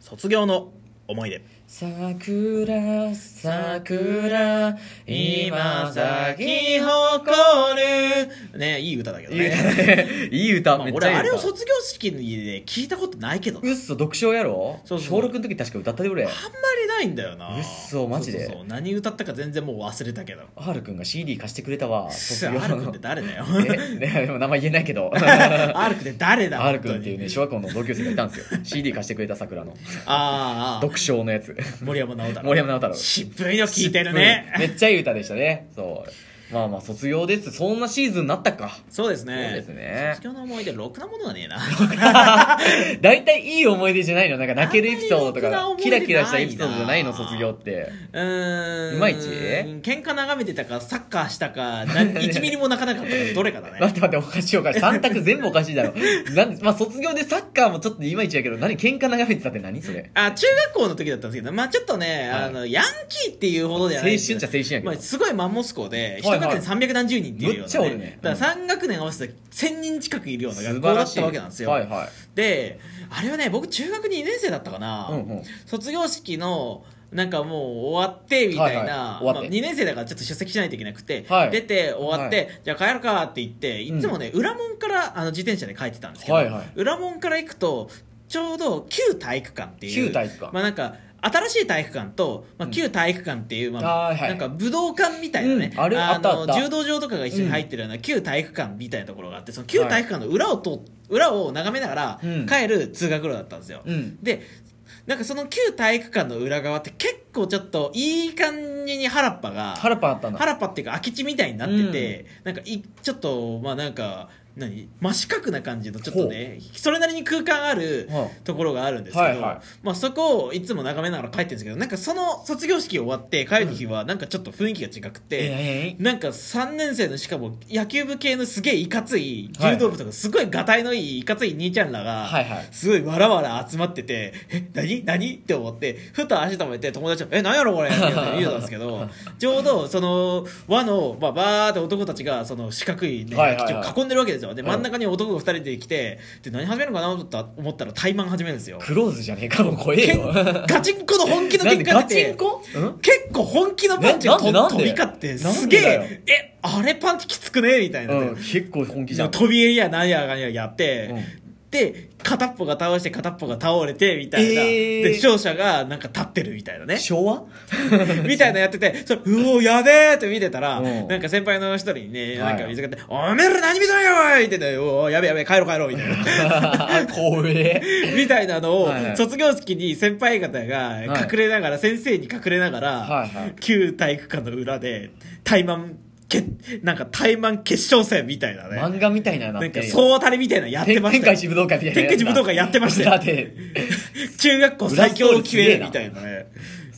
卒業の思い出桜桜今咲き誇るねいい歌だけどね、るいい歌まあめっち俺ゃいい歌あれを卒業式で聞いたことないけどなうっそ読書やろそうそう小6の時確か歌ったで俺あんまりないんだよなうっそマジでそうそうそう何歌ったか全然もう忘れたけど R くんが CD 貸してくれたわアルクって誰だよね ねでも名前言えない けどアルクって誰だ R くんってい本う当ねに小学校の同級生がいたんですよ CD 貸してくれた桜のあああ読書のやあつ森山直太朗森山直太朗渋いの聞いてるねめっちゃいい歌でしたねそうまあまあ卒業ですそんなシーズンになったかそうですねそうですね卒業の思い出ろくなものがねえな 大体いい思い出じゃないのなんか泣けるエピソードとあんまりか大きキな思い出ないなラキラしたエピソードじゃないの卒業ってうーんいまいち喧嘩眺めてたかサッカーしたかな 1ミリも泣かなかったかどれかだ待っねて待っておかしいおかしい3択全部おかしい だろなんでまあ卒業でサッカーもちょっといまいちやけど何喧嘩眺めてたって何それあ中学校の時だったんですけど、まあちょっとね、はいあのヤンキーっていうほどではな青春いっちゃ青春やけど、まあ、すごいマンモス校で、一はいはい学年三百何十人っていうような、むっちゃおるねだから3学年合わせて1000人近くいるような学素校晴だらっしいたわけなんですよ。はいはいで、あれはね、僕中学2年生だったかな、うんうん卒業式の、なんかもう終わってみたいな、はいはい終わって2年生だからちょっと出席しないといけなくて、はい出て終わって、はじゃあ帰るかって言って、いつもね、裏門からあの自転車で帰ってたんですけど、はいはい裏門から行くと、ちょうど旧体育館っていう、旧体育館まあなんか、新しい体育館と、まあ、旧体育館っていう、まあ、はいはいなんか武道館みたいなね、うんあるあったあったの柔道場とかが一緒に入ってるような旧体育館みたいなところがあってその旧体育館の裏をと、裏を眺めながらうん帰る通学路だったんですよ、うんでなんかその旧体育館の裏側って結構ちょっといい感じに原っぱが腹パンあったんだ原っぱっていうか空き地みたいになってて、なんかいちょっとまあなんか何真四角な感じのちょっとねそれなりに空間あるはところがあるんですけど、はいはいまあ、そこをいつも眺めながら帰ってるんですけどなんかその卒業式終わって帰る日はなんかちょっと雰囲気が違くて。えなんか3年生のしかも野球部系のすげえいかつい柔道部とかすごいがたいのいいいかつい兄ちゃんらー、がはいはいすごいわらわら集まってて「え何何?」って思ってふと足止めて友達と「え何やろこれ」って言うたんですけ どちょうどその輪の、まあ、バーって男たちがその四角い、ねはいはいはい基地を囲んでるわけですよではい真ん中に男が2人で来てで何始めるのかなと思ったら怠慢始めるんですよ。クローズじゃねえかもう怖えけんよガチンコの本気のなん結で果ガ出チてンコん結構本気のパンチがとななんでなん飛びで交ってなんですげだよええあれパンチきつくねみたいな、うん、結構本気じゃん。飛び入りやなんやかんややって、うんで片っぽが倒して片っぽが倒れてみたいな、えーで勝者がなんか立ってるみたいなね昭和 みたいなやってて、それうお、やべえって見てたら、うんなんか先輩の一人にね、なんかはい見つかって、おめえら何見とんやおいって言って、うお、やべえやべえ、帰ろう帰ろうみ たいな。怖え。みたいなのを、はいはい卒業式に先輩方が隠れながら、先生に隠れながら、はいはい旧体育館の裏で、対マン、けなんか対マン決勝戦みたいなね。漫画みたいなななっんかてるよ総当たりみたいなのやって天ま天した下よ。一武道会みたいな天やつだ。下一武道会やってましたよだって、中学校最強を決めるみたいなね。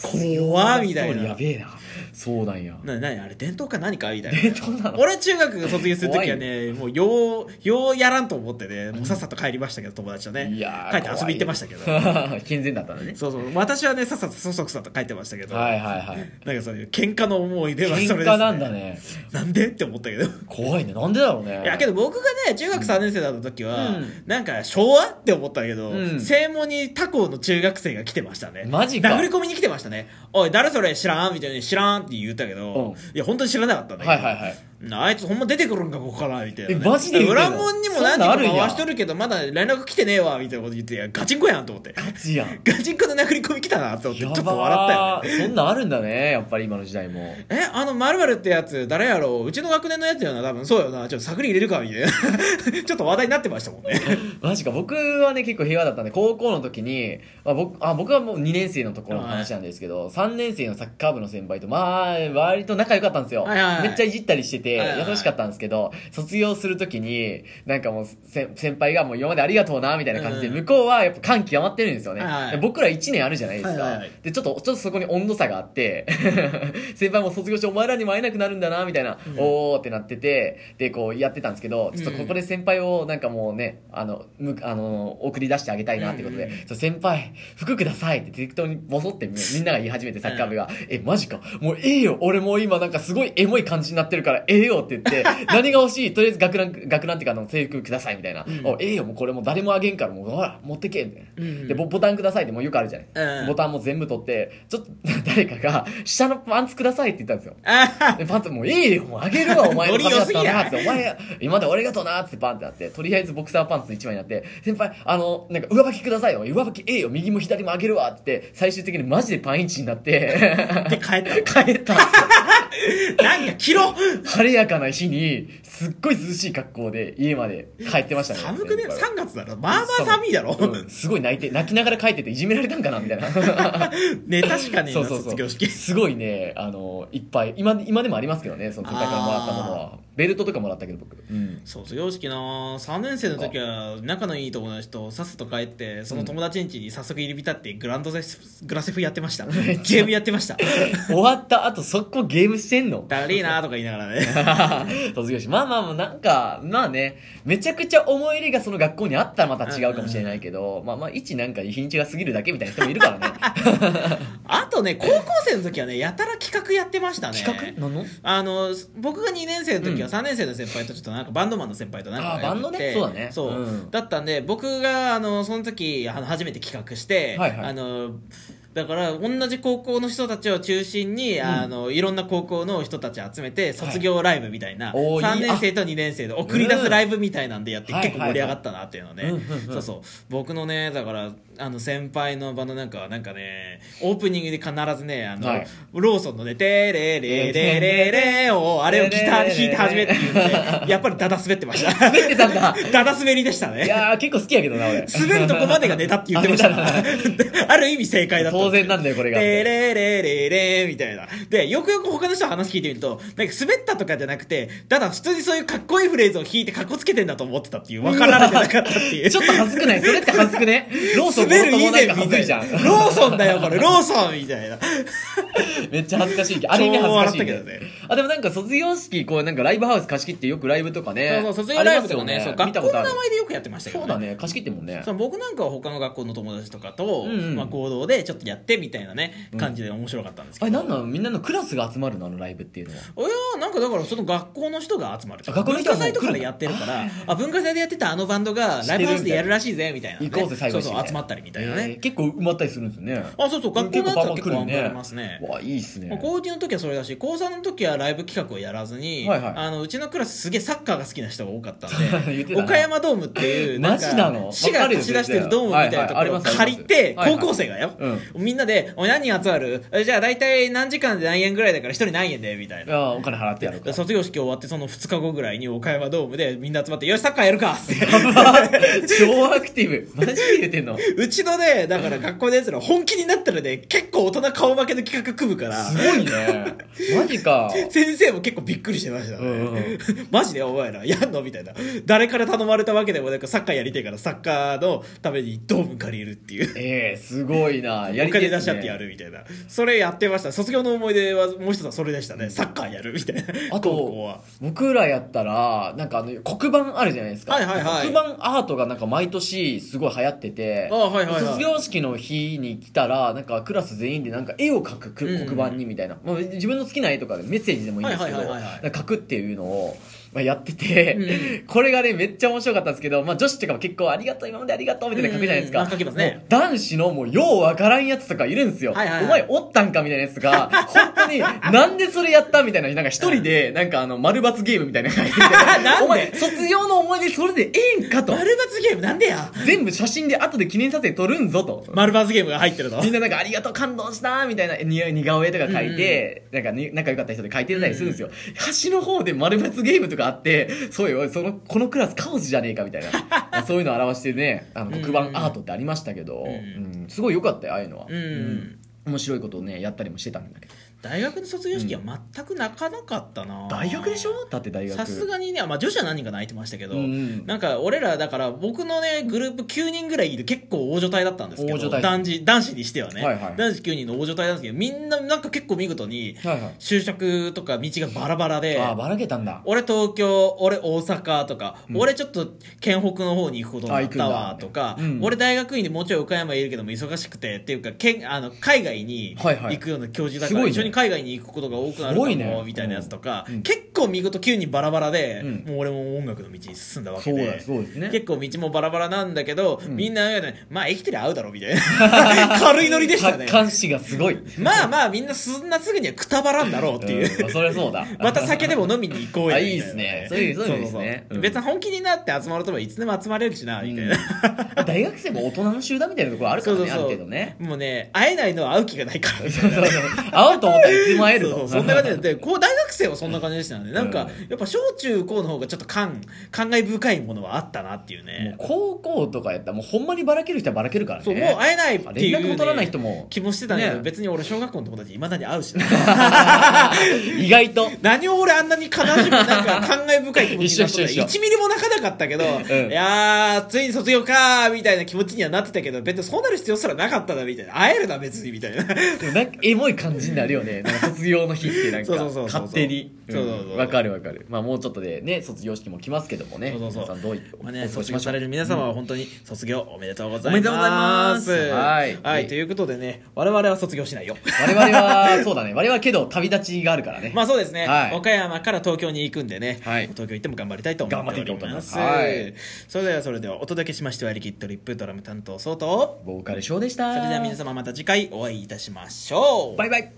怖っみたいなや。べえな。そうなんや。な、なにあれ伝統か何かみたいな。え、どうなの俺中学卒業するときはね、もうよう、ようやらんと思ってね、もうさっさと帰りましたけど、友達とね。いや帰ーって遊び行ってましたけど。怖い 健全だったのね。そうそう。私はね、さっさとそそくさと帰ってましたけど。はいはいはい。なんかそういう喧嘩の思い出はそれです、喧ね。嘩なんだ。ね。なんでって思ったけど。い怖いね。なんでだろうね。や、けど僕がね、中学3年生だった時は、うんなんか昭和って思ったけど、うん正門に他校の中学生が来てましたね。マジか殴り込みに来てましたね。おい、誰それ知らんみたいに知らんって言ったけど、うんいや、本当に知らなかったんだけど。はいはいはい。あいつほんま出てくるんかここからみたいな、えマジで言ってんの裏門にも何人か回しとるけどまだ連絡来てねえわみたいなこと言っていやガチンコやんと思ってガチやん。やガチンコの殴り込み来たなと思ってちょっと笑ったよねばーそんなんあるんだね。やっぱり今の時代も。 えあの〇〇ってやつ誰やろううちの学年のやつよな多分そうよなちょっと探り入れるかみたいなちょっと話題にな ってましたもんねマジか僕はね結構平和だったんで高校の時に、まあ、僕あ僕はもう2年生のところの話なんですけど、3年生のサッカー部の先輩とまあ割と仲良かったんですよ、はいはいはいめっちゃいじったりしてはいて、はいはい優しかったんですけど卒業する時になんかもうせ先輩が「もう今までありがとうな」みたいな感じで、うん向こうはやっぱ感極まってるんですよね、はいはいで僕ら1年あるじゃないですか、はいはいはいでちょっとちょっとそこに温度差があって 先輩も卒業してお前らにも会えなくなるんだなみたいな、んおーってなっててでこうやってたんですけどちょっとここでで先輩をなんかもうねあのむあの送り出してあげたいなってことで「うんうんうんちょっと先輩服ください」って適当にボ ソってみみんなが言い始めてサッカー部が「えマジかもうええよ俺もう今なんかすごいエモい感じになってるからええええよって 言って、何が欲しいとりあえず学ラン、学ランっていうかあの制服くださいみたいな。うんおええよ、もうこれもう誰もあげんから、もうほら、持ってけ、みたいな。うんでボ、ボタンくださいってもうよくあるじゃない、うんボタンも全部取って、ちょっと誰かが、 下のパンツくださいって言ったんですよ。あでパンツもういいよ、もうあげ るわ、お前の髪だったなっノて、お前、今までありがとうなってパンってなって、とりあえずボクサーパンツ一枚になって、先輩、あの、なんか上履きくださいよ、上履きええよ、右も左もあげるわって言って、最終的にマジでパンイチになって、 あで帰った帰ったんですよ。なんか着 ろ晴れやかな日に、すっごい涼しい格好で家まで帰ってましたね。寒くね先輩は ?3 月だろまあまあ寒いだろ、 うんすごい泣いて、泣きながら帰ってていじめられたんかなみたいな。ね確かねえそうなそうそ卒業う。式すごいね、あの、いっぱい、今、今でもありますけどね、その先輩からもらったものは。ベルトとかもらったけど、僕。うん。卒業式な3年生の時は仲のいい友達とさっさと帰ってその友達ん家に早速入り浸ってグランドゼスグラセフやってましたゲームやってました 終わった後、速攻ゲームして んのだるいなーとか言いながらね卒業式。まあまあまあ、なんか、まあね、めちゃくちゃ思い入れがその学校にあったらまた違うかもしれないけど、まあまあ、一なんか日にちが過ぎるだけみたいな人もいるから ね。あとね高校生の時はねやたら企画やってましたね企画な のあの僕が2年生の時はうん3年生の先輩とちょっとなんかバンドマンの先輩となんかあーバンドねやっててそうだそねう、うんだったんで僕があのその時あの初めて企画して、はいはいあのだから同じ高校の人たちを中心に、あのいろんな高校の人たち集めて卒業ライブみたいな、おーいい3年生と2年生で送り出すライブみたいなんでやって、うん結構盛り上がったなっていうので、はいはいはいうんうんうんそうそう僕のねだからあの先輩のバンドなんかはなんかねオープニングで必ずねあの、はいローソンのね「テレレレレレをあれをギターで弾いて初めて言うんでやっぱりダダ滑ってました 滑ってたんだ。ダダ滑りでしたいねやー、結構好きやけどな、俺。滑るとこまでがネタって言ってましたあネ ある意味正解だった当然なんだよ、これが。レレレレレみたいな。で、よくよく他の人の話聞いてみると、なんか滑ったとかじゃなくて、ただ普通にそういうかっこいいフレーズを弾いてかっこつけてんだと思ってたっていう、分かられてなかったっていう。 ちょっと恥ずくないそれって恥ずく ねローソン滑る以前もっともなんか恥みずたいいじゃ。。なんローソンだよ、これ、ローソンみ たいな。めっちゃ恥ずかしいけど。ある意味恥ずかし超笑っい、ね。たけどねあ、でもなんか卒業式、こうなんかライブハウス貸し切ってよくライブとかね。そうそう、卒業ライブとかね、ありそますうよ見学た校のことある名。前でよくやってましたけどそうだね、貸し切ってんもんねそ。の僕なんかは他の学校の友達とかと、うんうんまあ、合同でちょっとやってみたいなね、感じで面白かったんですあけれど。なんなのみんなのクラスが集まるのあのライブっていうのは。いやーなんかだからその学校の人が集まるあ学校の人文は化もう祭とかでやってるからあ文化祭でやってたあのバンドがライブハウスでやるらしいぜみたいなね、行こうぜ、最後にそうそう集まったりみたいなね、えー結構埋まったりするんですよね。あそうそう学校のやつは結構パあンんまパン来るりありますねわ、いいっすね。まあ高1の時はそれだし高3の時はライブ企画をやらずに、はいはいあのうちのクラスすげえサッカーが好きな人が多かったん 言っでてたな岡山ドームって いうなんかマジなの市わかがるよ貸し出してるドームみたいなところを絶対はいはいありますあり借ますりてはいは高い校生がよ、うんみんなで「おい何人集まるえじゃあ大体何時間で何円ぐらいだから一人何円で」みたいな。ああ、お金払ってやる から。卒業式終わってその2日後ぐらいに岡山ドームでみんな集まって「よしサッカーやるか!」って超アクティブ。マジで言ってんの。うちのねだから学校のやつら本気になったらね結構大人顔負けの企画組むからすごいね。マジか。先生も結構びっくりしてましたね、うんうんうん マジでお前らやんのみたいな誰から頼まれたわけでもなくサッカーやりてえからサッカーのためにドーム借りるっていうええすごいな。やおり手金で出しすちゃねってやるみたいなそれやってました卒業の思い出はもう一つはそれでしたねサッカーやるみたいなあ高校はと、僕らやったら、なんかあの、黒板あるじゃないですか。はいはいはい黒板アートがなんか毎年すごい流行ってて、あはいはいはい卒業式の日に来たら、なんかクラス全員でなんか絵を描くくうん黒板にみたいな、まあ自分の好きな絵とかでメッセージでもいいんですけど、はいはいはいはいはいなんか描くっていうのを、まあ、やってて、うんこれがね、めっちゃ面白かったんですけど、まあ女子とかも結構ありがとう、今までありがとうみたいな描くじゃないですか。うんうんまあ描きますねもう男子のもうようわからんやつとかいるんですよ。はいはいはいお前おったんかみたいなやつが、本当に、なんでそれやったみたいな、なんか一人で、なんかあの、丸抜ゲームみたいなの書いてて なんでお前、卒業の思い出それでええんかと。丸罰ゲームなんでや全部写真で後で記念撮影撮るんぞと。丸罰ゲームが入ってるのみんななんかありがとう感動したみたいな似似顔絵とか書いて、なんかに仲良かった人で書いてたりするんですよ、端の方で丸抜ゲームとかあってそうよそのこのクラスカオスじゃねえか みたいなまあそういうのを表してねあのうん黒板アートってありましたけど、んうんすごい良かったよああいうのは、うん面白いことをねやったりもしてたんだけど大学の卒業式は全く泣かなかったな大学でしょだって大学さすがにね、まあ、女子は何人か泣いてましたけど、うんうんなんか俺らだから僕のねグループ9人ぐらいいる結構大所帯だったんですけ大所ど帯男子男子にしてはね、はいはい男子9人の大所帯なんですけどみんななんか結構見事にはいはい就職とか道がバラバラで。ああばらけたんだ俺東京俺大阪とか、俺ちょっと県北の方に行くことになったあわ行くとんかだ、うん俺大学院でもうちょい岡山いるけども忙しくてっていうか県あの海外にはいはい行くような教授だすから、ごいね一緒に海外に行くことが多くなるかすごいねもみたいなやつとか、うんうん結構見事9人バラバラで、うんもう俺も音楽の道に進んだわそけうでだそうですね結構道もバラバラなんだけど、んみんな、まあ生きてりゃ合うだろうみたいな 軽いノリでしたね発汗視がすごいまあまあみんなそんなすぐにはくたばらんだろうっていう、んまあそれそうだ また酒でも飲みに行こうよあみたいいなですねそういうそういうのいいですねそうそううん別に本気になって集まるともいつでも集まれるしなみたいな、うん 大学生も大人の集団みたいなところあるかそうらそうねそあるう程度ね もうね会えないのは会う気がないからみたいなそうそうそう会おうと思ったらいつでも会えるそうそとうそんな感じ ででこう大学生はそんな感じでしたねなんか、うやっぱ小中高の方がちょっと感感慨深いものはあったなっていうもうね高校とかやったらもうほんまにばらける人はばらけるからねそうもう会えないっていう、ね、連絡も取らない人も気もしてたんだけど、ね別に俺小学校の友達いまだに会うしな 意外と何を俺あんなに悲しみなんか感慨深い気持ちになったの一緒一緒一緒1ミリも泣かなかった けど、んいやーついに卒業かーみたいな気持ちにはなってたけど別にそうなる必要すらなかったなみたいな会えるな別にみたいなでもなんかエモい感じになるよねなんか卒業の日ってなんそうそうそうそかう勝手にうそうそうそうんわかるわかるまあもうちょっとでね卒業式も来ますけどもねそうそうそう皆さんどういまあね、お過ごし卒業される皆様は本当に卒業おめでとうございます。おめでとうございますはいはい、ということでね、我々は卒業しないよ。我々はそうだね我々はけど旅立ちがあるからね まあそうですね、はい岡山から東京に行くんでね、はい東京行っても頑張りたいと思っております。頑張っていこうと思いまそれではそれではお届けしましては、リキッドリップドラム担当、ソウと、ボーカルショーでしたそれでは皆様また次回お会いいたしましょう。バイバイ